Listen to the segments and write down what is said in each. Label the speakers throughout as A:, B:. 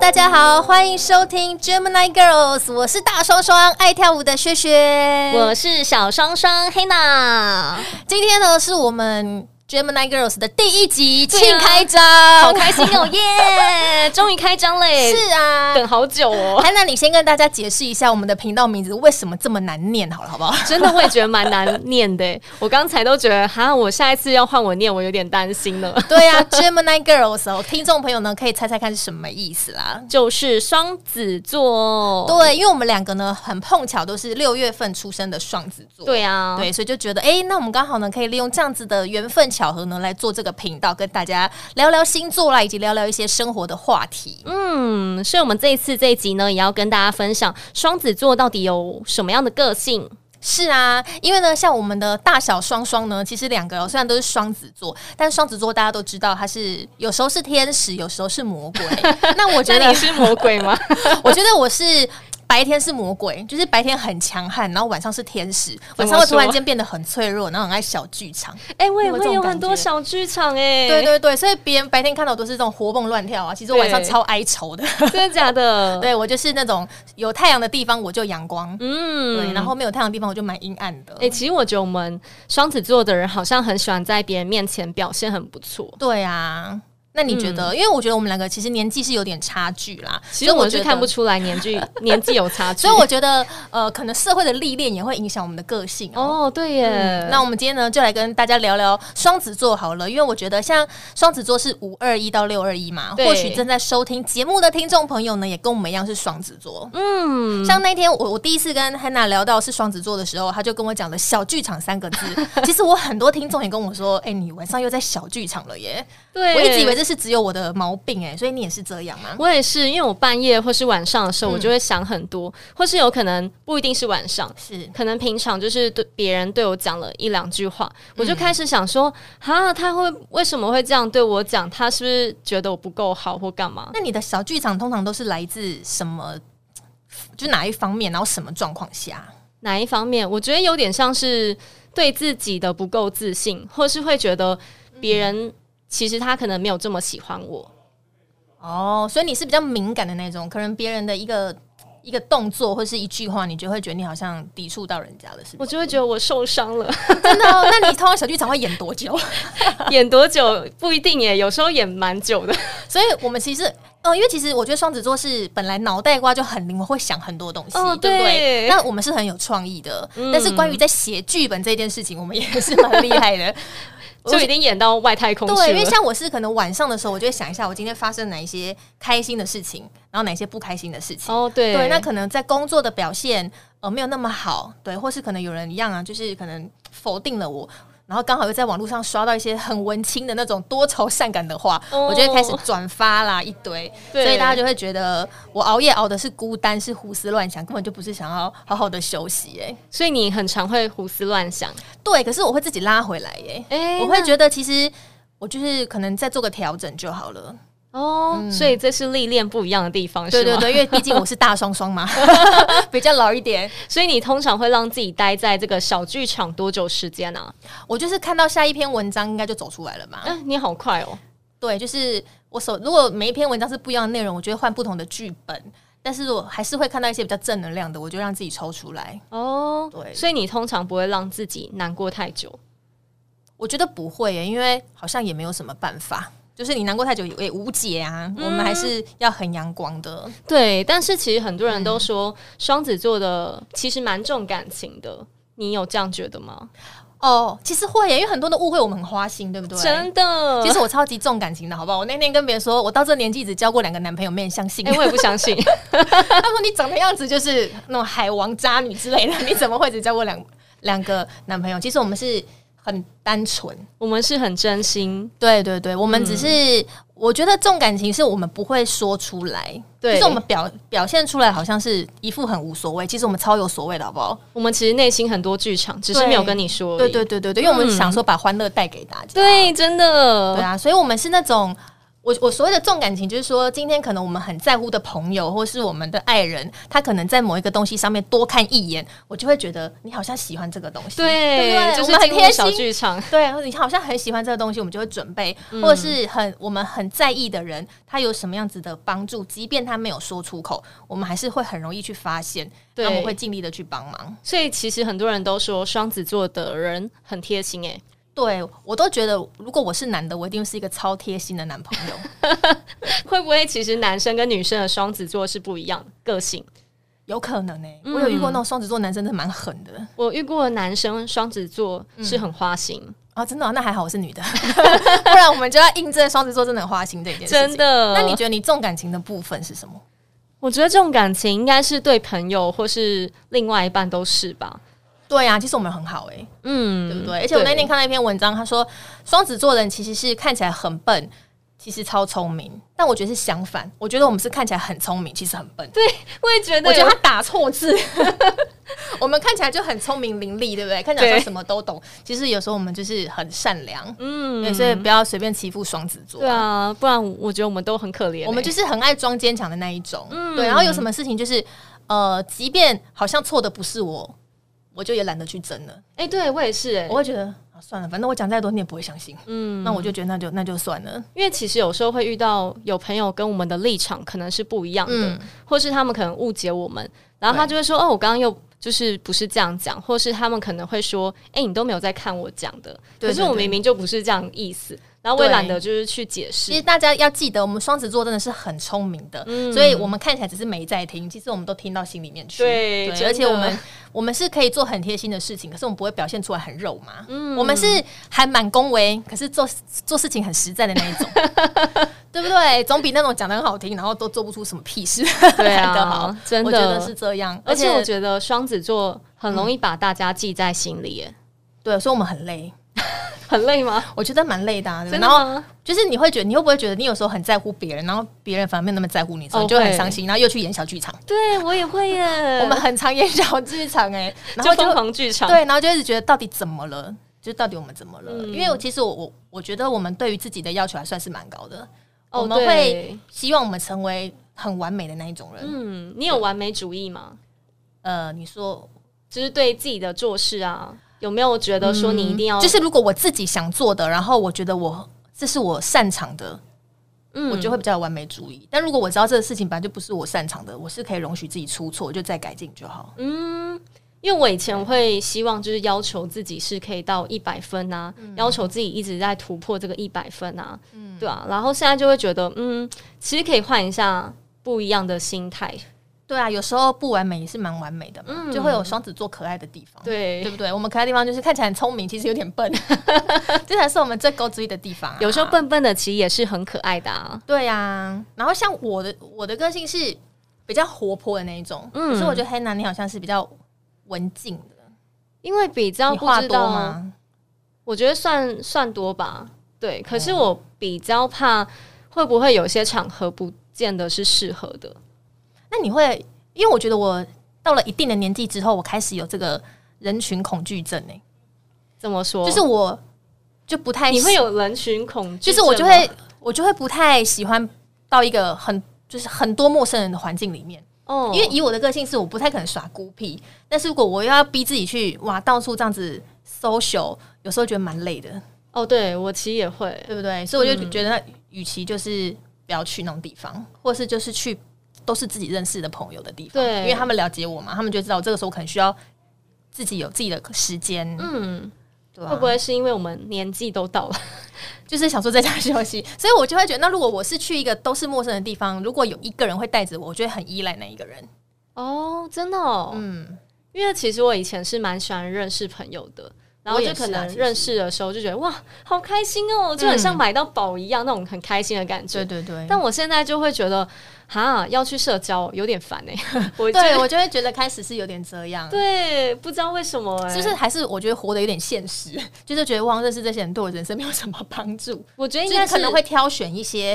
A: 大家好，欢迎收听 Gemini Girls，我是大双双爱跳舞的薛薛。
B: 我是小双双黑娜，
A: 今天呢是我们 Gemini Girls 的第一集
B: 对
A: 庆
B: 啊
A: 开张，
B: 好开心哦耶！终于开张嘞，
A: 是啊。
B: 等好久哦，
A: 哎，那你先跟大家解释一下我们的频道名字为什么这么难念，好了，好 不好？
B: 真的我也觉得蛮难念的，我刚才都觉得哈，我下一次要换我念，我有点担心了。
A: 对呀、啊、，Gemini Girls 哦，听众朋友呢可以猜猜看是什么意思啦。
B: 就是双子座，
A: 对，因为我们两个呢很碰巧都是六月份出生的双子座，
B: 对啊，
A: 对，所以就觉得，哎、那我们刚好呢，可以利用这样子的缘分巧合呢，来做这个频道，跟大家聊聊星座啦，以及聊聊一些生活的话题。
B: 嗯，所以我们这一次这一集呢，也要跟大家分享双子座到底有什么样的个性。
A: 是啊，因为呢，像我们的大小双双呢，其实两个哦虽然都是双子座，但双子座大家都知道，它是有时候是天使，有时候是魔 鬼。那我觉
B: 那
A: 得
B: 你，是魔鬼吗？
A: 我觉得我是。白天是魔鬼，就是白天很强悍，然后晚上是天使，晚上会突
B: 说
A: 然间变得很脆弱，然后很爱小剧场。
B: 哎、我也
A: 有这
B: 会
A: 种
B: 有
A: 感
B: 很多
A: 觉
B: 小剧场哎、
A: 对对对，所以别人白天看到我都是这种活蹦乱跳啊，其实我晚上
B: 对
A: 超哀愁的。
B: 对，真的假的？
A: 对我就是那种有太阳的地方我就阳光，
B: 嗯
A: 对，然后没有太阳的地方我就蛮阴暗的。
B: 哎、其实我觉得我们双子座的人好像很喜欢在别人面前表现很不错。
A: 对啊，那你觉得？因为我觉得我们两个其实年纪是有点差距啦，
B: 嗯其实我
A: 觉
B: 是
A: 得
B: 看不。出来 年纪年纪有差距。
A: 所以我觉得，呃，可能社会的历练也会影响我们的个性哦。
B: 哦，对耶，
A: 那我们今天呢，就来跟大家聊聊双子座好了，因为我觉得像双子座是五二一到六二一嘛，
B: 对
A: 或许正在收听节目的听众朋友呢，也跟我们一样是双子座。嗯，像那天我我第一次跟 Hanna 聊到是双子座的时候，他就跟我讲了“小剧场”三个字。 其实我很多听众也跟我说，哎、你晚上又在小剧场了耶！
B: 对
A: 我一直以为这是只有我的毛病哎、所以你也是这样吗？
B: 我也是，因为我半夜或是晚上的时
A: 嗯
B: 候，我就会想很多，或是有可能不一定是晚上，
A: 是。
B: 可能平常就是对别人对我讲了一两句话，
A: 嗯
B: 我就开始想说，哈，他会为什么会这样对我讲？他是不是觉得我不够好或干嘛？
A: 那你的小剧场通常都是来自什么？就哪一方面，然后什么状况下？
B: 哪一方面？我觉得有点像是对自己的不够自信，或是会觉得别人其实他可能没有这么喜欢我。
A: 哦，所以你是比较敏感的那种，可能别人的一个一个动作或是一句话，你就会觉得你好像抵触到人家了，是不
B: 我
A: 是？
B: 就会觉得我受伤了，
A: 真的、哦？那你通常小剧场会演多久？
B: 演多久不一定耶，有时候演蛮久 的。
A: 所以我们其实。哦，因为其实我觉得双子座是本来脑袋瓜就很灵活，会想很多东西，
B: 哦
A: 对不对？嗯
B: 对
A: 那我们是很有创意的，但是关于在写剧本这件事情，我们也是蛮厉害 的。我
B: 就已经演到外太空去了。
A: 对，因为像我是可能晚上的时候，我就会想一下我今天发生哪一些开心的事情，然后哪一些不开心的事情。
B: 哦，对
A: 对，那可能在工作的表现呃没有那么好，对，或是可能有人一样啊，就是可能否定了我，然后刚好又在网络上刷到一些很文青的那种多愁善感的话，
B: 哦
A: 我就会开始转发啦一堆，所
B: 对
A: 以大家就会觉得我熬夜熬的是孤单，是胡思乱想，根本就不是想要好好的休息、欸，
B: 所以你很常会胡思乱想。
A: 对，可是我会自己拉回来、欸，
B: 哎
A: 我会觉得其实我就是可能再做个调整就好了。
B: 哦，所以这是历练不一样的地方，
A: 对
B: 是
A: 对
B: 吗？
A: 对，因为毕竟我是大双双 嘛，比较老一点。
B: 所以你通常会让自己待在这个小剧场多久时间啊？
A: 我就是看到下一篇文章应该就走出来了嘛。
B: 嗯、你好快哦。
A: 对，就是我手如果每一篇文章是不一样的内容，我就会换不同的剧本，但是我还是会看到一些比较正能量的，我就让自己抽出来。
B: 哦，
A: 对
B: 所以你通常不会让自己难过太久。
A: 我觉得不会耶，因为好像也没有什么办法。就是你难过太久也无解啊，我们还是要很阳光的。
B: 对，但是其实很多人
A: 嗯
B: 都说双子座的其实蛮重感情的，你有这样觉得吗？
A: 哦，其实会耶，因为很多人都误会我们很花心，对不对？
B: 真的，
A: 其实我超级重感情的，好不好？我那天跟别人说，我到这年纪只交过两个男朋友，没人相信。
B: 哎、我也不相信。
A: 他说你长的样子就是那种海王渣女之类的，你怎么会只交过两两个男朋友？其实我们是很单纯，
B: 我们是很真心，
A: 对对对，我们只是、我觉得重感情是我们不会说出来，
B: 对
A: 就是我们表表现出来好像是一副很无所谓，其实我们超有所谓的，好不好？
B: 我们其实内心很多剧场，只是没有跟你说而
A: 对嗯
B: 已。
A: 对对对对，因为我们想说把欢乐带给大家，
B: 对，真的。
A: 对啊，所以我们是那种。我我所谓的重感情，就是说，今天可能我们很在乎的朋友，或是我们的爱人，他可能在某一个东西上面多看一眼，我就会觉得你好像喜欢这个东西，对不对
B: 就
A: 我
B: 是
A: 们很
B: 进入
A: 贴
B: 小
A: 心，
B: 剧场，
A: 对，你好像很喜欢这个东西，我们就会准备，
B: 嗯
A: 或者是很我们很在意的人，他有什么样子的帮助，即便他没有说出口，我们还是会很容易去发现，
B: 对
A: 那我们会尽力的去帮忙。
B: 所以其实很多人都说双子座的人很贴心、欸，
A: 对我都觉得，如果我是男的，我一定是一个超贴心的男朋 友。
B: 会不会其实男生跟女生的双子座是不一样的个性？
A: 有可能呢、欸
B: 嗯
A: 我有遇过那种双子座男生，真的蛮狠的
B: 我遇过的男生双子座是
A: 嗯
B: 很花心，
A: 啊！真的啊、那还好我是女的， 不然我们就要印证双子座真的很花心这一件事情。
B: 真的。
A: 那你觉得你重感情的部分是什么？
B: 我觉得这种感情应该是对朋友或是另外一半都是吧？
A: 对啊，其实我们很好哎、
B: 嗯，
A: 对不对？而且我那天看到一篇文章，他说双子座的人其实是看起来很笨，其实超聪明，但我觉得是相反，我觉得我们是看起来很聪明，其实很笨。
B: 我也觉得
A: 我
B: 有，
A: 觉得他打错字。 我们看起来就很聪明伶俐，对不对？看起来
B: 对
A: 说什么都懂，其实有时候我们就是很善良。
B: 嗯，
A: 对，所以不要随便欺负双子座。
B: 对啊，不然我觉得我们都很可怜欸、
A: 我们就是很爱装坚强的那一种。
B: 嗯
A: 对，然后有什么事情就是，呃，即便好像错的不是我，我就也懒得去争了。
B: 哎、对我也是、欸，
A: 我会觉得、啊、算了，反正我讲再多你也不会相信。
B: 嗯，
A: 那我就觉得那就那就算了。
B: 因为其实有时候会遇到有朋友跟我们的立场可能是不一样的，
A: 嗯
B: 或是他们可能误解我们，然后他就会说：“哦，我刚刚又就是不是这样讲。”或是他们可能会说：“哎、你都没有在看我讲的。
A: 对
B: 可是我
A: 对对
B: 明明就不是这样意思。然后我也
A: 对
B: 懒得就是去解
A: 其实
B: 释。
A: 大家要记得，我们双子座真的是很聪明的，
B: 嗯
A: 所以我们看起来只是没在听，其实我们都听到心里面去。
B: 对真的
A: 而且我们我们是可以做很贴心的事情，可是我们不会表现出来很肉麻。
B: 嗯
A: 我们是还蛮恭维，可是做做事情很实在的那一 种，对不对？总比那种讲的很好听，然后都做不出什么屁事
B: 对啊
A: 来得好。
B: 真的
A: 我觉得是这样。
B: 而
A: 而
B: 且
A: 且嗯
B: 我觉得双子座很容易把大家记在心里， 耶，
A: 对，所以我们很累，
B: 很累吗？
A: 我觉得蛮累的、啊。对不对
B: 真的
A: 然后
B: 吗？
A: 就是你会觉得，你会不会觉得你有时候很在乎别人，然后别人反而没有那么在乎你，所以
B: 哦
A: 你就很
B: 会
A: 伤心，然后又去演小剧场。
B: 对 我也会耶。
A: 我们很常演小剧场 哎、然后
B: 就
A: 就
B: 疯狂剧场，
A: 对，然后就一直觉得到底怎么了？就到底我们怎么了？
B: 嗯
A: 因为我其实我我我觉得我们对于自己的要求还算是蛮高的，
B: 哦
A: 我们会希望我们成为很完美的那一种人。
B: 嗯，你有完美主义吗？
A: 呃，你说
B: 就是对自己的做事啊，有没有觉得说你一定要、
A: 就是如果我自己想做的，然后我觉得我这是我擅长的，
B: 嗯
A: 我就会比较有完美主义。但如果我知道这个事情本来就不是我擅长的，我是可以容许自己出错，我就再改进就好。
B: 嗯，因为我以前会希望就是要求自己是可以到一百分啊，要求自己一直在突破这个一百分啊，对啊，然后现在就会觉得，嗯，其实可以换一下不一样的心态，
A: 对啊，有时候不完美也是蛮完美的嘛，
B: 嗯
A: 就会有双子座可爱的地方。
B: 对。
A: 对不对？我们可爱的地方就是看起来很聪明，其实有点笨， 这才是我们最高之一的地方、啊。
B: 有时候，笨笨的其实也是很可爱的啊，
A: 对啊。然后像我的，我的个性是比较活泼的那一种，
B: 嗯
A: 可是我觉得黑男你好像是比较文静的，
B: 因为比较
A: 你
B: 哦不
A: 话
B: 知
A: 多
B: 道，
A: 吗？
B: 我觉得算算多吧，
A: 哦
B: 对。可是我比较怕会不会有些场合不见得是适合的，
A: 那你会，因为我觉得我到了一定的年纪之后，我开始有这个人群恐惧症诶、
B: 怎么说？
A: 就是我就不太
B: 哦你会
A: 喜，
B: 有人群恐惧
A: 就
B: 症
A: 是
B: 吗，
A: 我就会我就会不太喜欢到一个很就是很多陌生人的环境里面。
B: 哦，
A: 因为以我的个性是，我不太可能耍孤僻。但是如果我又要逼自己去哇，到处这样子 social，有时候觉得蛮累的，
B: 哦，对我其实也会，
A: 对不对？所以我就觉得，与其就是不要去那种地方，或是就是去都是自己认识的朋友的地方，
B: 对
A: 因为他们了解我嘛，他们就知道我这个时候可能需要自己有自己的时间，
B: 嗯，
A: 对啊吧、
B: 会不会是因为我们年纪都到了？
A: 就是想说在家休息， 所以我就会觉得，那如果我是去一个都是陌生的地方，如果有一个人会带着我，我就会很依赖那一个人。
B: 哦，真的哦，
A: 嗯，
B: 因为其实我以前是蛮喜欢认识朋友的。然后
A: 我也
B: 就是
A: 啊
B: 可能
A: 其实嗯
B: 认识的时候就觉得哇，好开心哦，就很像买到宝一样、那种很开心的感觉
A: 对。对对。
B: 但我现在就会觉得，哈，要去社交有点烦哎、我
A: 对，
B: 就
A: 我就会觉得开始是有点这样，
B: 对，不知道为什么哎、
A: 就是还是我觉得活得有点现实，就是觉得哇，认识这些人对我人生没有什么帮助，
B: 我觉得 应
A: 应
B: 该
A: 该
B: 是
A: 可能会挑选一些，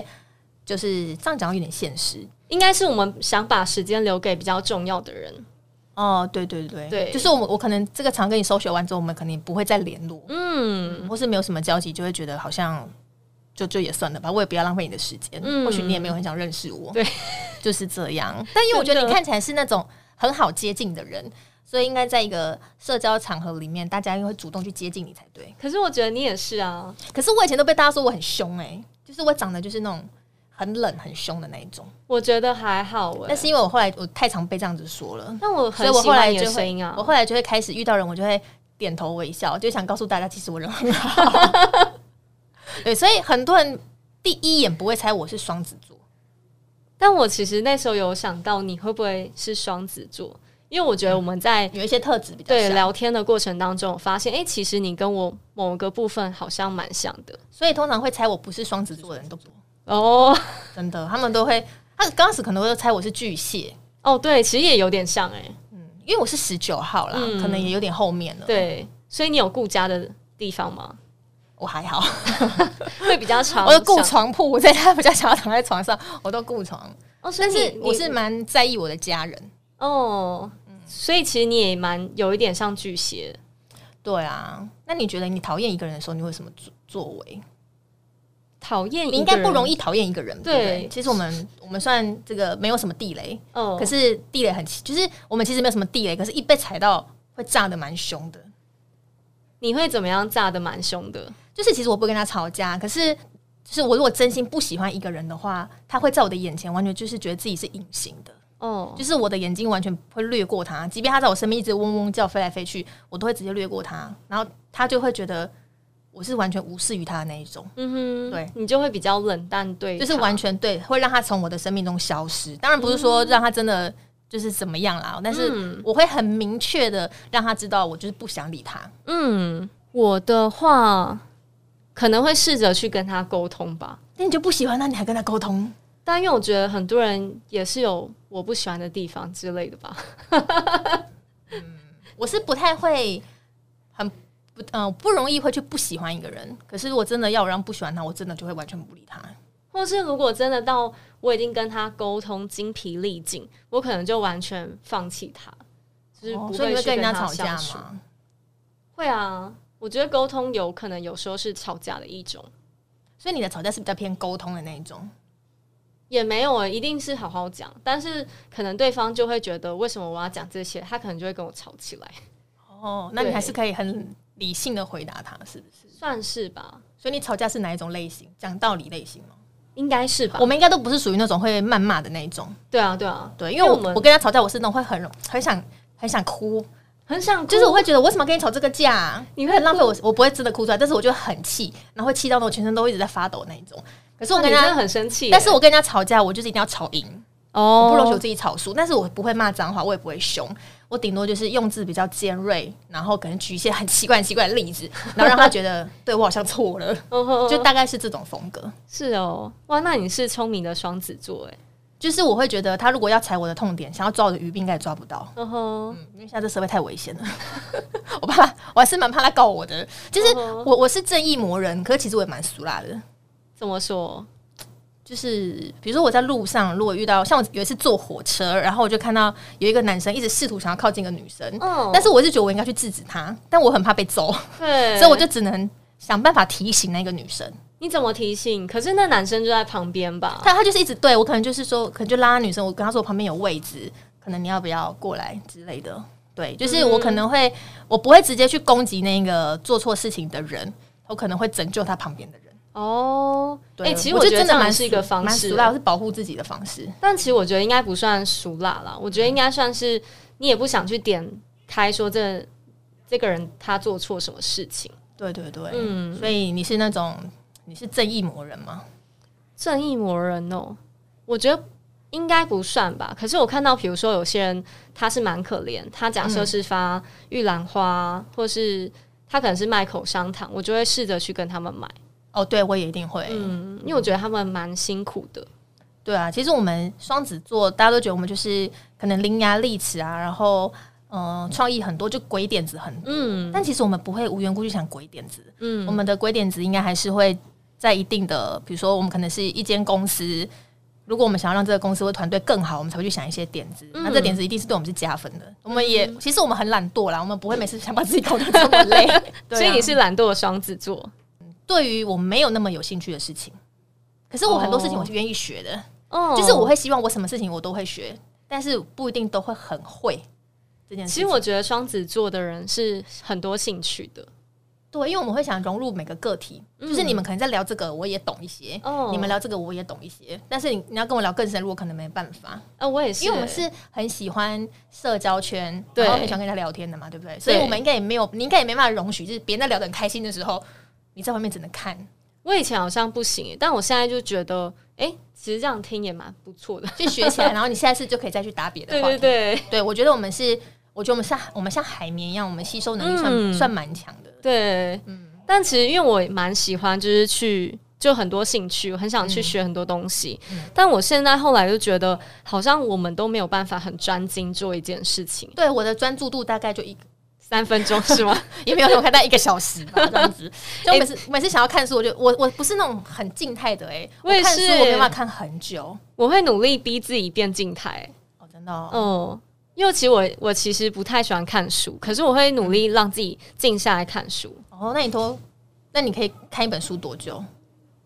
A: 就是这样讲有点现实。
B: 应该是我们想把时间留给比较重要的人。
A: 哦，对对对
B: 对
A: 就是我们我可能这个常跟你搜学完之后，我们可能不会再联络，
B: 嗯，
A: 或是没有什么交集，就会觉得好像就就也算了吧，我也不要浪费你的时间。
B: 嗯
A: 或许你也没有很想认识我，
B: 对，
A: 就是这样。但因为我觉得
B: 真
A: 你
B: 的
A: 看起来是那种很好接近的人，所以应该在一个社交场合里面，大家应该会主动去接近你才对。
B: 可是我觉得你也是啊，
A: 可是我以前都被大家说我很凶哎、就是我长得就是那种很冷很凶的那一种。
B: 我觉得还好哎、
A: 但是因为我后来我太常被这样子说了，
B: 但我
A: 所以
B: 很
A: 我
B: 喜
A: 后来
B: 欢你的
A: 就
B: 声
A: 会
B: 音啊
A: 我，后来就会开始遇到人，我就会点头微笑，就想告诉大家其实我人很好。 对，所以很多人第一眼不会猜我是双子座。
B: 但我其实那时候有想到你会不会是双子座，因为我觉得我们在
A: 有一些特质嗯比较
B: 对
A: 像，
B: 聊天的过程当中，我发现哎、诶其实你跟我某个部分好像蛮像的
A: 所以通常会猜我不是双子座的人都不
B: 哦
A: 真的，他们都会，他刚开始可能会猜我是巨蟹，
B: 哦，对，其实也有点像哎、诶
A: 嗯，因为我是十九号啦，
B: 嗯
A: 可能也有点后面了，
B: 对，所以你有顾家的地 方吗？
A: 我还好，
B: 会比较长，
A: 我都顾床铺，我在家比较想要躺在床上，我都顾床，
B: 哦，所以
A: 但
B: 你
A: 是我
B: 你
A: 是蛮嗯在意我的家人，
B: 哦，所以其实你也蛮有一点像巨蟹，
A: 对啊，那你觉得你讨厌一个人的时候，你会有什么作作为？
B: 讨厌
A: 你应该不容
B: 易，
A: 易讨厌一个人，对不对？
B: 对
A: 其实我们我们算这个没有什么地雷，
B: 哦，
A: 可是地雷很奇，就是我们其实没有什么地雷，可是一被踩到会炸的蛮凶的。
B: 你会怎么样炸的蛮凶的？
A: 就是其实我不跟他吵架，可是就是我如果真心不喜欢一个人的话，他会在我的眼前完全就是觉得自己是隐形的，
B: 哦，
A: 就是我的眼睛完全会掠过他，即便他在我身边一直嗡嗡叫飞来飞去，我都会直接掠过他，然后他就会觉得我是完全无视于他的那一种。
B: 嗯哼，
A: 对，
B: 你就会比较冷淡对
A: 就
B: 他，
A: 是完全对，会让他从我的生命中消失。当然不是说让他真的就是怎么样啦，但是我会很明确的让他知道，我就是不想理他。
B: 嗯，我的话可能会试着去跟他沟通吧，
A: 那你就不喜欢他，你还跟他沟通？
B: 但因为我觉得很多人也是有我不喜欢的地方之类的吧，
A: 我是不太会很不嗯、不容易会去不喜欢一个人，可是如果真的要我让不喜欢他，我真的就会完全不理他。
B: 或是如果真的到我已经跟他沟通精疲力尽，我可能就完全放弃他，就是
A: 哦
B: 不
A: 所以
B: 会
A: 你会
B: 去
A: 跟人家
B: 他
A: 吵架
B: 相处。
A: 吗？
B: 会啊，我觉得沟通有可能有时候是吵架的一种，
A: 所以你的吵架是比较偏沟通的那一种。
B: 也没有欸一定是好好讲，但是可能对方就会觉得为什么我要讲这些，他可能就会跟我吵起来，
A: 哦，那你
B: 对
A: 还是可以很理性的回答他，是不是？
B: 算是吧，
A: 所以你吵架是哪一种类型？讲道理类型吗？
B: 应该是吧
A: 我。们应该都不是属于那种会谩骂的那一种。
B: 对啊，对啊，
A: 对，因为我
B: 我们
A: 我跟他吵架，我是那种会很很想很想哭，
B: 很想，
A: 就是我会觉得我为什么要跟你吵这个架啊、
B: 你
A: 因
B: 会
A: 为很浪费我，我不会真的哭出来，但是我就会很气，然后会气到那种全身都一直在发抖那一种。可是我
B: 哇
A: 跟
B: 你
A: 人
B: 真的
A: 家，
B: 很生气欸，
A: 但是我跟人家吵架，我就是一定要吵赢，
B: 哦
A: 我不容许我自己吵输。但是我不会骂脏话，我也不会凶，我顶多就是用字比较尖锐，然后可能举一些很奇怪很奇怪的例子，然后让他觉得对我好像错了，
B: 嗯哼
A: 就大概是这种风格。
B: 是哦，哇，那你是聪明的双子座哎，
A: 就是我会觉得他如果要踩我的痛点，想要抓我的鱼，应该也抓不到。
B: 嗯哼，
A: 因为现在这社会太危险了， 我怕，我还是蛮怕他告我的。就是
B: 嗯
A: 我我是正义魔人，可是其实我也蛮俗辣的。
B: 怎么说？
A: 就是比如说我在路上，如果遇到像我有一次坐火车，然后我就看到有一个男生一直试图想要靠近一个女生，
B: 嗯
A: 但是我是觉得我应该去制止他，但我很怕被揍，
B: 对，
A: 所以我就只能想办法提醒那个女生。
B: 你怎么提醒？可是那男生就在旁边吧？
A: 他他就是一直对我，可能就是说，可能就拉女生，我跟他说我旁边有位置，可能你要不要过来之类的。对，就是
B: 嗯
A: 我可能会，我不会直接去攻击那个做错事情的人，我可能会拯救他旁边的人。
B: 哦，
A: 对，
B: 哎，其实
A: 我
B: 我觉得
A: 真
B: 这
A: 的
B: 样
A: 蛮
B: 也是一个
A: 俗
B: 方
A: 蛮
B: 式
A: 俗，辣，是保护自己的方式。
B: 但其实我觉得应该不算熟辣啦，我觉得应该算是你也不想去点开说这这个人他做错什么事情。
A: 对对对，
B: 嗯
A: 所以你是那种你是正义魔人吗？
B: 正义魔人哦，我觉得应该不算吧。可是我看到，比如说有些人他是蛮可怜，他假设是发玉兰花，或是他可能是卖口香糖，我就会试着去跟他们买，
A: 哦，对我也一定会。
B: 嗯，因为我觉得他们蛮辛苦的。
A: 对啊，其实我们双子座大家都觉得我们就是可能伶牙俐齿啊，然后嗯、呃创意很多，就鬼点子很多
B: 嗯
A: 但其实我们不会无缘无故去想鬼点子，我
B: 嗯，
A: 们的鬼点子应该还是会在一定的，比如说我们可能是一间公司，如果我们想要让这个公司或团队更好，我们才会去想一些点子。
B: 嗯
A: 那这点子一定是对我们是加分的。我们也其实 我们很懒惰啦，我们不会每次想把自己搞得这么累。对啊
B: 所以你是懒惰的双子座，
A: 对于我没有那么有兴趣的事情，可是我很多事情我是愿意学的，
B: 哦嗯
A: 就是我会希望我什么事情我都会学，但是不一定都会很会这件事
B: 其
A: 情。
B: 实我觉得双子座的人是很多兴趣的，
A: 对，因为我们会想融入每个个体，就是你们可能在聊这个，我也懂一些。
B: 嗯哦
A: 你们聊这个我也懂一些，但是你你要跟我聊更深入，我可能没办法，
B: 啊，我也是欸，
A: 因为我们是很喜欢社交圈，
B: 对
A: 然后很喜欢跟人家聊天的嘛，对不对？所以我们应该也没有，你应该也没办法容许，就是别人在聊得很开心的时候，你在外面只能看，
B: 我以前好像不行欸，但我现在就觉得，哎、其实这样听也蛮不错的。
A: 就学起 来，然后你下一次就可以再去打别的
B: 对
A: 话
B: 对
A: 题。
B: 对
A: 对我觉得我们是，我觉得我们像我们像海绵一样，我们吸收能力算、
B: 嗯
A: 算蛮强的。
B: 对，
A: 嗯
B: 但其实因为我也蛮喜欢，就是去就很多兴趣，我很想
A: 嗯
B: 去学很多东西。但我现在后来就觉得，好像我们都没有办法很专精做一件事情，
A: 对我的专注度大概就一
B: 三分钟是吗？
A: 也没有什么看，大概一个小时吧，这样子。就
B: 哎
A: 我每次、每次想要看书，我就我我不是那种很静态的哎、欸，
B: 我也
A: 看
B: 是
A: 书我没办法看很久。
B: 我会努力逼自己变静态。欸
A: 哦，真的、哦，
B: 哦、因为其实我我其实不太喜欢看书，可是我会努力让自己静下来看书。
A: 哦，那你都，那你可以看一本书多久？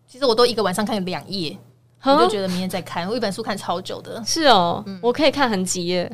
A: 其实我都一个晚上看两页，我就
B: 哼
A: 觉得明天再看。我一本书看超久的
B: 是哦，
A: 嗯
B: 我可以看很几页，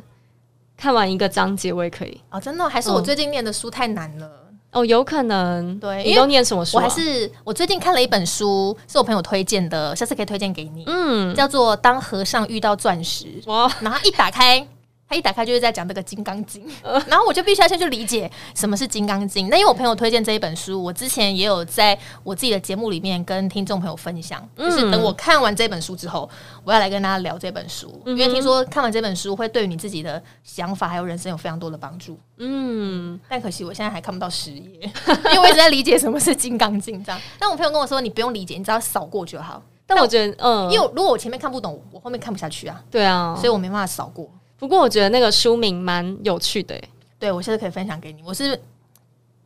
B: 看完一个章节我也可以。
A: 哦，真的哦、还是我
B: 嗯
A: 最近念的书太难了。
B: 哦，有可能。
A: 对因
B: 你
A: 为
B: 都念什么书、
A: 我
B: 啊？
A: 还是我最近看了一本书，是我朋友推荐的，下次可以推荐给你，
B: 嗯，
A: 叫做《当和尚遇到钻石》。
B: 哇，
A: 然后一打开，他一打开就是在讲这个《金刚经》，然后我就必须要先去理解什么是《金刚经》。那因为我朋友推荐这一本书，我之前也有在我自己的节目里面跟听众朋友分享，就是等我看完这本书之后，我要来跟大家聊这本书，因为听说看完这本书会对于你自己的想法还有人生有非常多的帮助。
B: 嗯，
A: 但可惜我现在还看不到十页，因为我一直在理解什么是《金刚经》这样。但我朋友跟我说，你不用理解，你只要扫过就好。
B: 但我觉得，嗯，
A: 因为如果我前面看不懂，我后面看不下去啊，
B: 对啊
A: 所，以我没办法扫过。
B: 不过我觉得那个书名蛮有趣的欸，
A: 对我现在可以分享给你。我是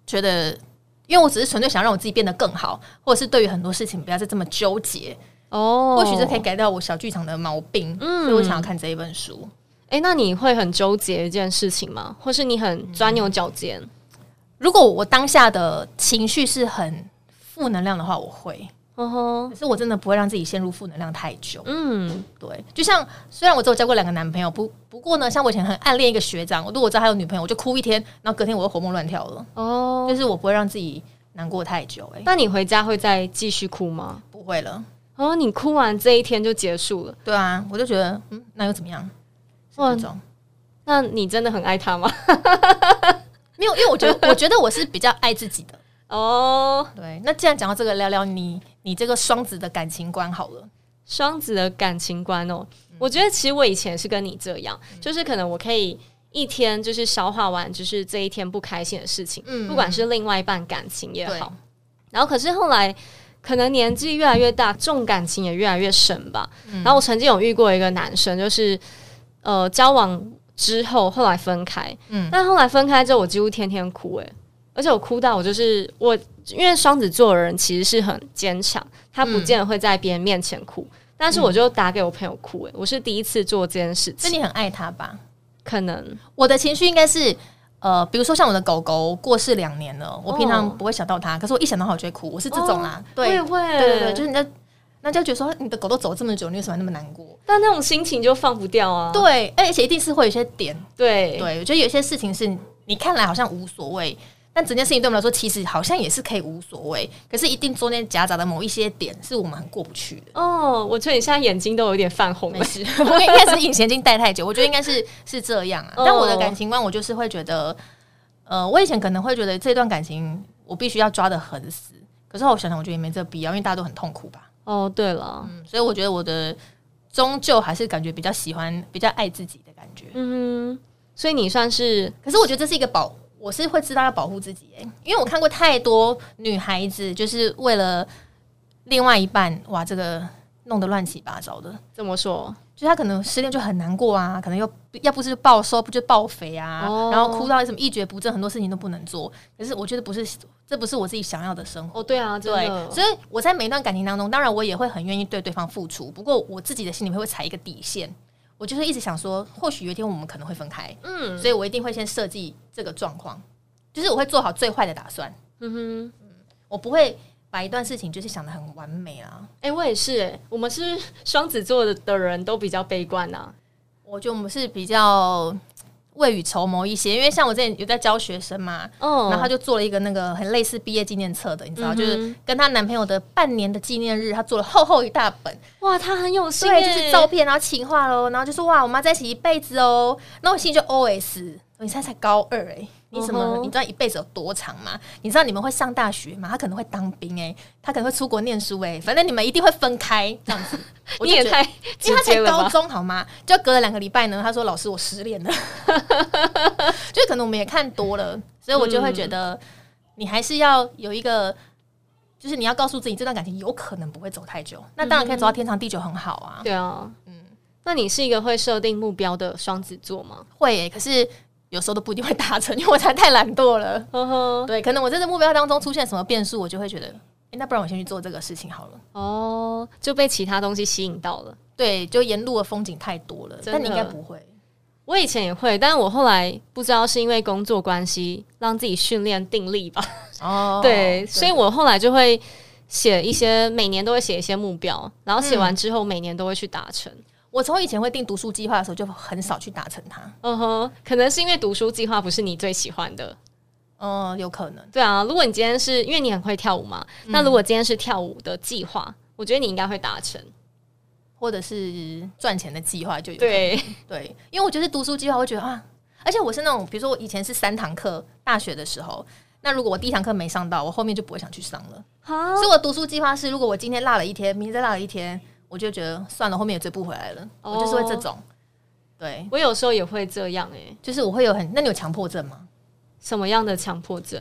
A: 觉得，因为我只是纯粹想让我自己变得更好，或者是对于很多事情不要再这么纠结，
B: 哦，
A: 或许这可以。改掉我小剧场的毛病。
B: 嗯
A: 所以我想要看这一本书。
B: 哎、那你会很纠结一件事情吗？或是你很钻牛角尖？
A: 如果我当下的情绪是很负能量的话，我会，
B: 嗯哼，
A: 可是我真的不会让自己陷入负能量太久。
B: 嗯，
A: 对，就像虽然我只有交过两个男朋友，不不过呢，像我以前很暗恋一个学长，我如果知道他有女朋友，我就哭一天，然后隔天我又活蹦乱跳了。
B: 哦，
A: 就是我不会让自己难过太久、欸，哎，
B: 那你回家会再继续哭吗？
A: 不会了。
B: 哦，你哭完这一天就结束了，
A: 对啊，我就觉得，嗯，那又怎么样？是
B: 哇
A: 这种
B: 那你真的很爱 他吗？
A: 没有，因为我觉得，我觉得我是比较爱自己的。
B: 哦，
A: 对，那既然讲到这个，聊聊你你这个双子的感情观好了。
B: 双子的感情观哦，
A: 嗯
B: 我觉得其实我以前是跟你这样，就是可能我可以一天就是消化完，就是这一天不开心的事情，
A: 嗯
B: 不管是另外一半感情也
A: 对
B: 好，然后可是后来。可能年纪越来越大，重感情也越来越深吧。
A: 嗯
B: 然后我曾经有遇过一个男生，就是呃交往之后，后来分开。
A: 嗯
B: 嗯，但后来分开之后，我几乎天天哭诶、欸而且我哭到我就是我，因为双子座的人其实是很坚强，他不见得会在别人面前哭，
A: 嗯
B: 但是我就打给我朋友哭、欸，我是第一次做这件事
A: 所以
B: 情，
A: 你很爱他吧？
B: 可能
A: 我的情绪应该是，呃，比如说像我的狗狗过世两年了，我平常不会想到它，可是我一想到它我就会哭，我是这种啦。
B: 我也
A: 哦对，
B: 会，
A: 对对对，就是你在。那就觉得说你的狗都走这么久，你为什么还那么难过？
B: 但那种心情就放不掉啊，
A: 对，而且一定是会有一些点，
B: 对
A: 对我觉得有些事情是你看来好像无所谓，但整件事情对我们来说其实好像也是可以无所谓，可是一定中间夹杂的某一些点是我们很过不去的。
B: 哦，我觉得你现在眼睛都有点泛红
A: 没
B: 了，
A: 事，我应该是隐形镜戴太久，我觉得应该是是这样啊。
B: 哦
A: 但我的感情观，我就是会觉得，呃，我以前可能会觉得这段感情我必须要抓得很死，可是后来我想想，我觉得也没这必要，因为大家都很痛苦吧。
B: 哦，对了，
A: 嗯，所以我觉得我的终究还是感觉比较喜欢、比较爱自己的感觉。
B: 嗯哼，所以你算是
A: 可是我觉得这是一个保，我是会知道要保护自己、欸，因为我看过太多女孩子就是为了另外一半，哇，这个弄得乱七八糟的，
B: 怎么说？
A: 就她可能失恋就很难过啊，可能又要不是就暴瘦，不就暴肥啊，
B: 哦
A: 然后哭到什么一蹶不振，很多事情都不能做。可是我觉得不是，这不是我自己想要的生活。
B: 哦，对啊，真
A: 对，
B: 的，
A: 所以我在每一段感情当中，当然我也会很愿意对对方付出，不过我自己的心里面会踩一个底线，我就会一直想说，或许有一天我们可能会分开，嗯，所以我一定会先设计这个状况，就是我会做好最坏的打算，
B: 嗯哼，
A: 我不会把一段事情就是想的很完美啊。
B: 哎、我也是、哎，我们是双子座的的人都比较悲观呐、啊
A: 我觉得我们是比较未雨绸缪一些，因为像我之前有在教学生嘛，
B: 嗯，
A: 然后她就做了一个那个很类似毕业纪念册的，你知道，
B: 嗯哼
A: 就是跟她男朋友的半年的纪念日，她做了厚厚一大本，
B: 哇，他很有心、
A: 对，
B: 哎
A: 就是照片，然后情话喽，然后就说哇，我们要在一起一辈子哦。那我心里就 OS：你现在才高二哎、你怎么
B: 嗯哼
A: 你知道一辈子有多长吗？你知道你们会上大学吗？他可能会当兵哎、他可能会出国念书哎、反正你们一定会分开这样子。 我
B: 你
A: 就
B: 也
A: 觉得
B: 太
A: 因
B: 直
A: 为他
B: 接
A: 才
B: 了
A: 高
B: 吧？
A: 中好吗？就隔了两个礼拜呢，他说老师我失恋了， 就可能我们也看多了，所以我就会觉得
B: 嗯
A: 你还是要有一个，就是你要告诉自己这段感情有可能不会走太久，那当然可以走到天长地久很好啊，
B: 对啊，
A: 嗯
B: 那你是一个会设定目标的双子座吗？
A: 会欸耶、可是有时候都不一定会达成，因为我才太懒惰了。
B: 呵呵，
A: 对，可能我在这目标当中出现什么变数，我就会觉得，诶，那不然我先去做这个事情好了。
B: 哦，就被其他东西吸引到了。
A: 对，就沿路的风景太多了，
B: 真的
A: 但你应该不会。
B: 我以前也会，但是我后来不知道是因为工作关系，让自己训练定力吧。
A: 哦
B: 对，所以我后来就会写一些，每年都会写一些目标，然后写完之后每年都会去达成。
A: 我从以前会定读书计划的时候，就很少去达成它。
B: 嗯哼，可能是因为读书计划不是你最喜欢的。
A: 嗯，有可能。
B: 对啊，如果你今天是因为你很会跳舞嘛，
A: 嗯
B: 那如果今天是跳舞的计划，我觉得你应该会达成。
A: 或者是赚钱的计划就有可能
B: 对，
A: 对，因为我觉得读书计划，我会觉得啊，而且我是那种，比如说我以前是三堂课，大学的时候，那如果我第一堂课没上到，我后面就不会想去上了。
B: 好
A: 所以我读书计划是，如果我今天落了一天，明天再落了一天，我就觉得算了，后面也追不回来了，
B: 哦
A: 我就是会这种。对，
B: 我有时候也会这样诶、
A: 就是我会有很，那你有强迫症吗？
B: 什么样的强迫症？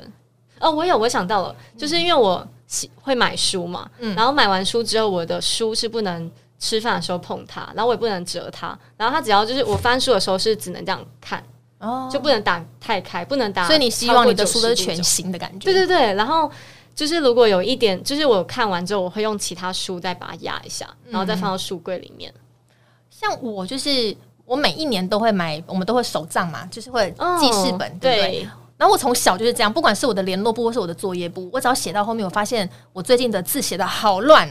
B: 哦，我有，我想到了，就是因为我喜会买书嘛，
A: 嗯
B: 然后买完书之后，我的书是不能吃饭的时候碰它，然后我也不能折它，然后它只要就是我翻书的时候是只能这样看，
A: 哦，
B: 就不能打太开，不能打。
A: 所以你希望你的书都是全？新的感觉？
B: 对对对，然后。就是如果有一点，就是我看完之后，我会用其他书再把它压一下，
A: 嗯
B: 然后再放到书柜里面。
A: 像我就是我每一年都会买，我们都会手账嘛，就是会记事本，
B: 哦
A: 对不对？
B: 对，
A: 然后我从小就是这样，不管是我的联络簿或是我的作业簿，我只要写到后面，我发现我最近的字写的好乱，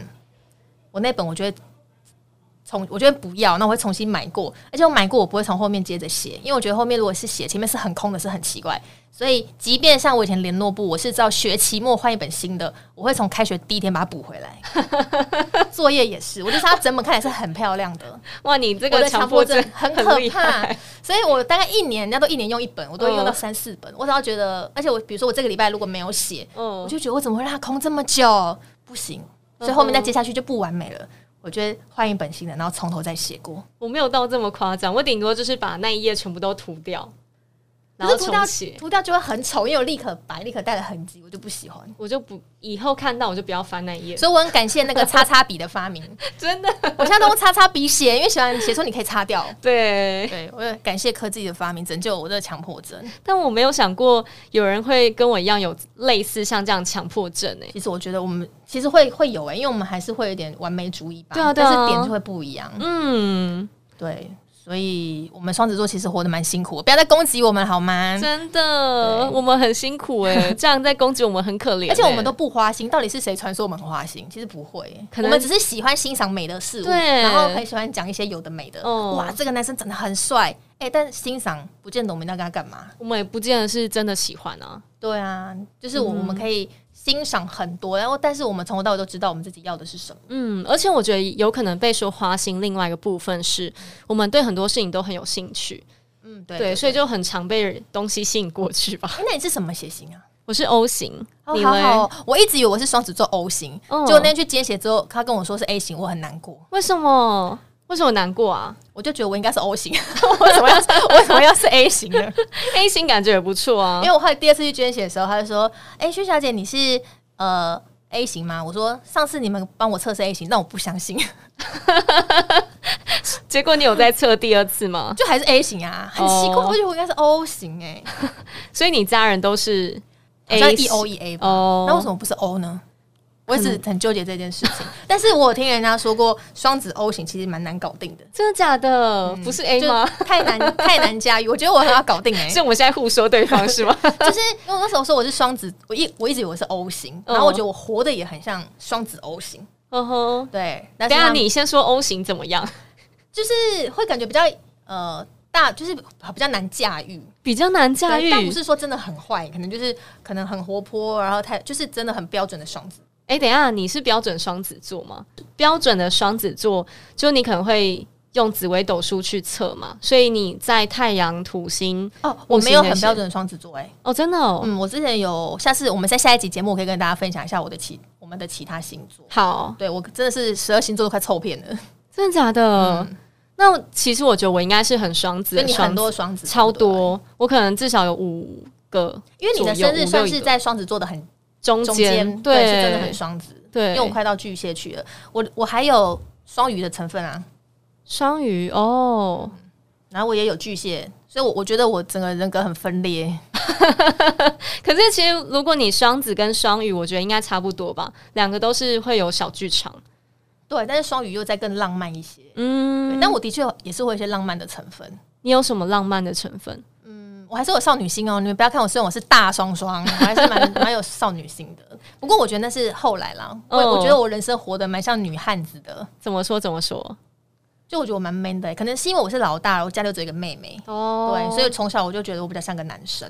A: 我那本我就会从我觉得不要，那我会重新买过，而且我买过我不会从后面接着写，因为我觉得后面如果是写前面是很空的，是很奇怪。所以即便像我以前联络簿，我是知道学期末换一本新的，我会从开学第一天把它补回来。 作业也是，我就是它整本看起来是很漂亮的，
B: 哇，你这
A: 我
B: 个
A: 的强
B: 迫
A: 迫症很可
B: 厉
A: 怕
B: 害，
A: 所以我大概一年，人家都一年用一本，我都会用到
B: 嗯
A: 三四本。我只要觉得，而且我比如说我这个礼拜如果没有写，我
B: 嗯，
A: 就觉得我怎么会让它空这么久？不行，所以后面再接下去就不完美了。我觉得换一本新的，然后从头再写过。
B: 我没有到这么夸张，我顶多就是把那一页全部都涂掉，然后
A: 可是涂
B: 重
A: 掉
B: 写。
A: 涂掉就会很丑，因为有立可白、立可带的痕迹，我就不喜欢。
B: 我就不以后看到我就不要翻 那一页，
A: 所以我很感谢那 个擦擦笔的发明，
B: 真的
A: 我现在都用擦擦笔写，因为喜欢写出你可以擦掉。
B: 对。
A: 对，我也感谢科技的发明，拯救我的强迫症。
B: 但我没有想过有人会跟我一样有类似像这样强迫症欸诶、
A: 其实我觉得我们其实会会有哎、因为我们还是会有点完美主义吧，
B: 对啊对啊
A: 但是点就会不一样，
B: 嗯，
A: 对，所以我们双子座其实活得蛮辛苦的，不要再攻击我们好吗？
B: 真的，
A: 对
B: 我们很辛苦 诶、这样在攻击我们很可怜欸、
A: 而且我们都不花心，到底是谁传说我们很花心？其实不会欸、
B: 可
A: 我
B: 能
A: 们只是喜欢欣赏美的事物，
B: 对
A: 然后很喜欢讲一些有的没的。
B: 哦
A: 哇，这个男生长得很帅，哎、但欣赏不见得我们一定要跟他干嘛？
B: 我们也不见得是真的喜欢啊，
A: 对啊，就是我、我们可以欣赏很多，然后但是我们从头到尾都知道我们自己要的是什么。
B: 嗯，而且我觉得有可能被说花心，另外一个部分是我们对很多事情都很有兴趣，
A: 嗯，对。
B: 对，
A: 对
B: 所以就很常被东西吸引过去 吧。
A: 哎那你是什么血型啊？
B: 我是 O 型，
A: 哦，
B: 你
A: 好
B: 嘞
A: 好哦，我一直以为我是双子座 O 型，
B: 嗯
A: 结果那天去捐血之后，他跟我说是 A 型，我很难过，
B: 为什么？为什么难过啊
A: 我就觉得我应该是 O 型， 为什么要是为什么要是 A 型呢？
B: ？A 型感觉也不错啊
A: 因。为我后来第二次去捐血的时候，他就说：“哎、薛小姐，你是呃 A 型吗？”我说：“上次你们帮我测试 A 型，但我不相信，
B: 结果你有在测第二次吗？
A: 就还是 A 型啊，很奇怪，
B: 哦
A: 我觉得我应该是 O 型哎、
B: 所以你家人都是
A: 好像
B: A
A: 一
B: 型
A: O 一 A 吧，那为什
B: 哦，
A: 么不是 O 呢？我一直很纠结这件事情。但是我有听人家说过，双子 O 型其实蛮难搞定的，
B: 真的假的？不是 A
A: 就
B: 吗？
A: 太难太难驾驭。我觉得我很好搞定哎、
B: 是我们现在互说对方是 吗？
A: 就是嗯因为我那时候说我是双子，我一我一直以为是 O 型，然后我觉得我活的也很像双子 O 型，
B: 嗯哼，
A: 对。但
B: 等
A: 是
B: 一下
A: 他
B: 你先说 O 型怎 么样？
A: 就是会感觉比较呃大，就是比较难驾驭。
B: 比较难驾
A: 对
B: 驭。
A: 但不是说真的很坏，可能就是可能很活泼，然后太就是真的很标准的双子。
B: 哎、等一下，你是标准双子座吗？标准的双子座，就你可能会用紫微斗数去测嘛，所以你在太阳、土星，
A: 哦，
B: 我
A: 我没有
B: 是那
A: 很
B: 些
A: 标准的双子座哎、
B: 哦，真的哦，
A: 嗯，我之前有，下次我们在下一集节目我可以跟大家分享一下我的其我们的其他星座。
B: 好，
A: 对我真的是十二星座都快凑遍了，
B: 真的假的？那其实我觉得我应该是很双子
A: 嗯所以
B: 的
A: 你
B: 双
A: 很
B: 子，
A: 多双子座
B: 超，
A: 对不
B: 多，我可能至少有五个
A: 对因为你的
B: 左右
A: 生日
B: 五
A: 算
B: 六
A: 是
B: 个
A: 在双子座的很
B: 中
A: 中间，
B: 对，
A: 是真的很双子。因
B: 对，
A: 为我快到巨蟹去了，我我还有双鱼的成分啊，
B: 双鱼哦，
A: 然后我也有巨蟹，所以我我觉得我整个人格很分裂。
B: 可是其实如果你双子跟双鱼，我觉得应该差不多吧，两个都是会有小剧场，
A: 对，但是双鱼又再更浪漫一些。
B: 嗯
A: 对，但我的确也是会有一些浪漫的成分。
B: 你有什么浪漫的成分？
A: 嗯，我还是有少女心哦，你们不要看我，虽然我是大双 双，我还是蛮蛮有少女心的。不过我觉得那是后来啦，我、
B: 哦
A: 我觉得我人生活得蛮像女汉子的，
B: 怎么说？怎么说？
A: 就我觉得我蛮 man 的、欸可能是因为我是老大，我家里有只有一个妹妹，
B: 哦
A: 对，所以从小我就觉得我比较像个男生。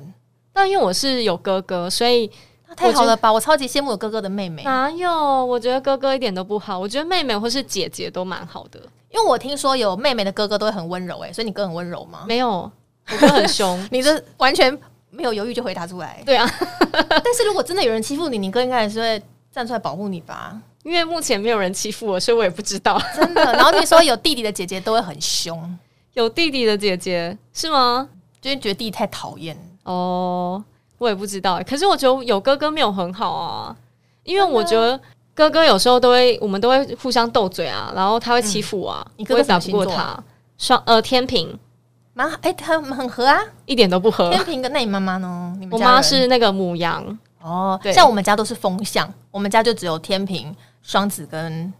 B: 但因为我是有哥哥，所以
A: 那太好了吧，我超级羡慕我哥哥的妹妹，
B: 哪有？我觉得哥哥一点都不好，我觉得妹妹或是姐姐都蛮好的。
A: 因为我听说有妹妹的哥哥都会很温柔、哎，所以你哥很温柔吗？。
B: 没有，我哥很凶
A: 你这完全没有犹豫就回答出来。
B: 对啊，
A: 但是如果真的有人欺负你，你哥应该还是会站出来保护你吧？
B: 因为目前没有人欺负我，所以我也不知 道
A: 真的。 然后你说有弟弟的姐姐都会很凶，
B: 有弟弟的姐姐是吗？
A: 就是觉得弟弟太讨厌。
B: 哦，我也不知道欸。可是我觉得有哥哥没有很好啊，因为我觉得哥哥有时候都会，我们都会互相斗嘴啊，然后他会欺负我啊，
A: 嗯你哥哥
B: 我也打
A: 什
B: 不
A: 么
B: 过
A: 星座啊
B: 他。双呃天平
A: 蛮哎、他们很合啊。
B: 一点都不合，
A: 天平跟那你妈妈呢？你们
B: 我
A: 家人
B: 妈是那个母羊，
A: 哦
B: 对，
A: 像我们家都是风象，我们家就只有天平、双子跟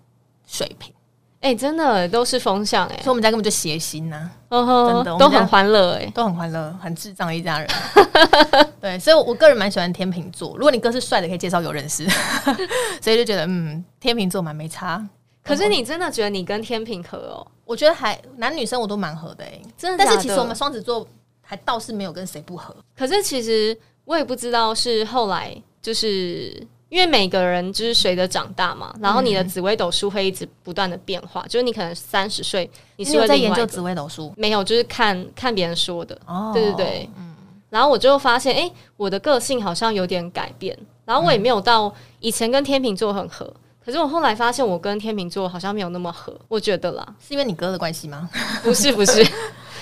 A: 水瓶，
B: 哎、真
A: 欸
B: 的都是风向哎、
A: 所以我们家根本就谐星呐、啊
B: 嗯哼
A: 真的我们
B: 都很
A: 家
B: 欢乐哎、
A: 都很欢乐，很智障的一家人。对，所以我个人蛮喜欢天秤座。如果你哥是帅的，可以介绍给我认识。 所以就觉得嗯，天秤座蛮没差。
B: 可是你真的觉得你跟天平合哦？
A: 我觉得还男女生我都蛮合的哎、
B: 真的
A: 但是
B: 假
A: 其
B: 的
A: 实我们，双子座还倒是没有跟谁不合。
B: 可是其实我也不知道是后来，就是因为每个人就是随着长大嘛，
A: 嗯
B: 然后你的紫微斗数会一直不断的变化，就是你可能三十岁你是
A: 有
B: 会
A: 在
B: 另
A: 研
B: 外一
A: 究
B: 个
A: 紫微斗数？
B: 没有，就是看看别人说的，
A: 哦
B: 对对对，然后我就发现，哎、我的个性好像有点改变，然后我也没有到以前跟天秤座很合，可是我后来发现我跟天秤座好像没有那么合，我觉得啦，
A: 是因为你哥的关系吗？
B: 不是不是，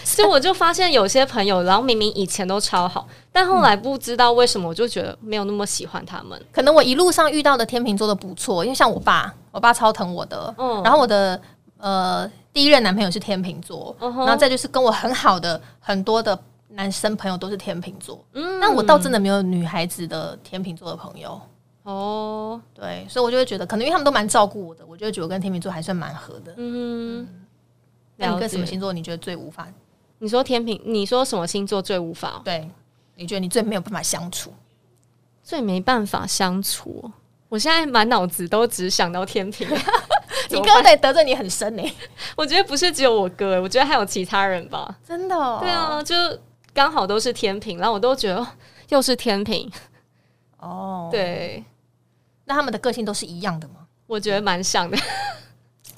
B: 所以我就发现有些朋友，然后明明以前都超好，但后来不知道为什么，我就觉得没有那么喜欢他们。
A: 可能我一路上遇到的天秤座都不错，因为像我爸，我爸超疼我的，
B: 嗯
A: 然后我的呃第一任男朋友是天秤座，
B: 嗯哼
A: 然后再就是跟我很好的很多的男生朋友都是天秤座，
B: 嗯
A: 但我倒真的没有女孩子的天秤座的朋友。
B: 哦，
A: 对，所以我就会觉得，可能因为他们都蛮照顾我的，我就会觉得我跟天秤座还算蛮合的。
B: 嗯，
A: 那你
B: 了
A: 跟什
B: 解
A: 么。星座你觉得最无法？
B: 你说天平，你说什么星座最无法哦、
A: 对，你觉得你最没有办法相处？
B: 最没办法相处哦？我现在满脑子都只想到天 平。怎
A: 你
B: 么
A: 哥得得罪你很 深呢、
B: 我觉得不是只有我哥，我觉得还有其他人吧。
A: 真的、哦
B: 对，啊，就刚好都是天平，然后我都觉得哦又是天平，
A: 哦，
B: 对
A: 那他们的个性都是一样的吗？
B: 我觉得蛮像的。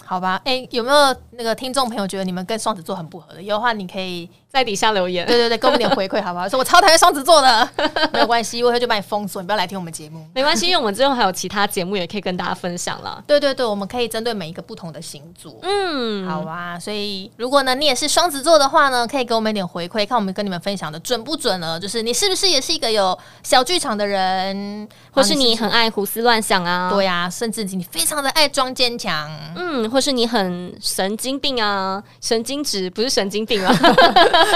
A: 好吧，哎、有没有那个听众朋友觉得你们跟双子座很不合的？有的话，你可以
B: 在底下留言
A: 对，对对，给我们点回馈，好不好？ 说我超讨厌双子座 的，没有关系，我会就把你封锁，你不要来听我们节目。
B: 没关系，因为我们之后还有其他节目也可以跟大家分享啦。
A: 对对对，我们可以针对每一个不同的星座。
B: 嗯，
A: 好啊，所以如果呢你也是双子座的话呢，可以给我们一点回馈，看我们跟你们分享的准不准呢？就是你是不是也是一个有小剧场的人，
B: 或是你
A: 然后
B: 很爱胡思乱想啊，
A: 不是对啊，甚至你非常的爱装坚强，
B: 嗯，或是你很神经病啊，神经质不是神经病啊，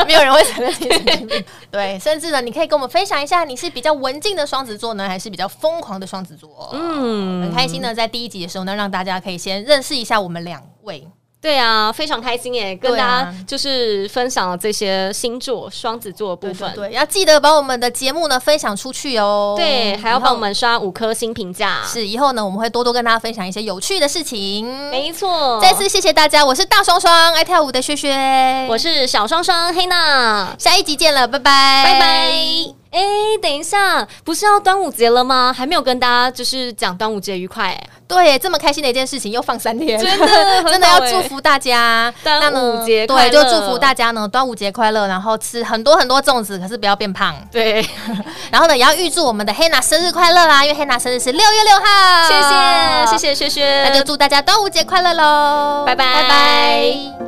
A: 没有人会承认自己神经病。对，甚至呢，你可以跟我们分享一下，你是比较文静的双子座呢，还是比较疯狂的双子座？嗯，很开心呢，在第一集的时候呢，让大家可以先认识一下我们两位。
B: 对啊，非常开心耶，跟
A: 对
B: 大
A: 啊
B: 家就是分享了这些星座双子座的部分。
A: 对，要记得把我们的节目呢分享出去哦。
B: 对，还要帮我
A: 以
B: 们刷五颗星评价
A: 后。，是以后呢，我们会多多跟大家分享一些有趣的事情。
B: 没错。
A: 再次谢谢大家，我是大双双爱跳舞的薛薛，
B: 我是小双双黑娜，
A: 下一集见了，拜拜，
B: 拜拜。哎、等一下，不是要端午节了吗？还没有跟大家就是讲端午节愉快、哎
A: 对，这么开心的一件事情又放三天，
B: 真的
A: 真的要祝福大家。
B: 端
A: 那呢
B: 午节快
A: 对，就
B: 乐
A: 祝福大家呢，端午节快乐，然后吃很多很多粽子，可是不要变胖。
B: 对，谢
A: 然后呢，也要预祝我们的黑娜生日快乐啊啦，因为黑娜生日是六月六号。啊
B: 谢谢谢，谢薛薛，
A: 那就祝大家端午节快乐喽，
B: 拜拜
A: 拜拜。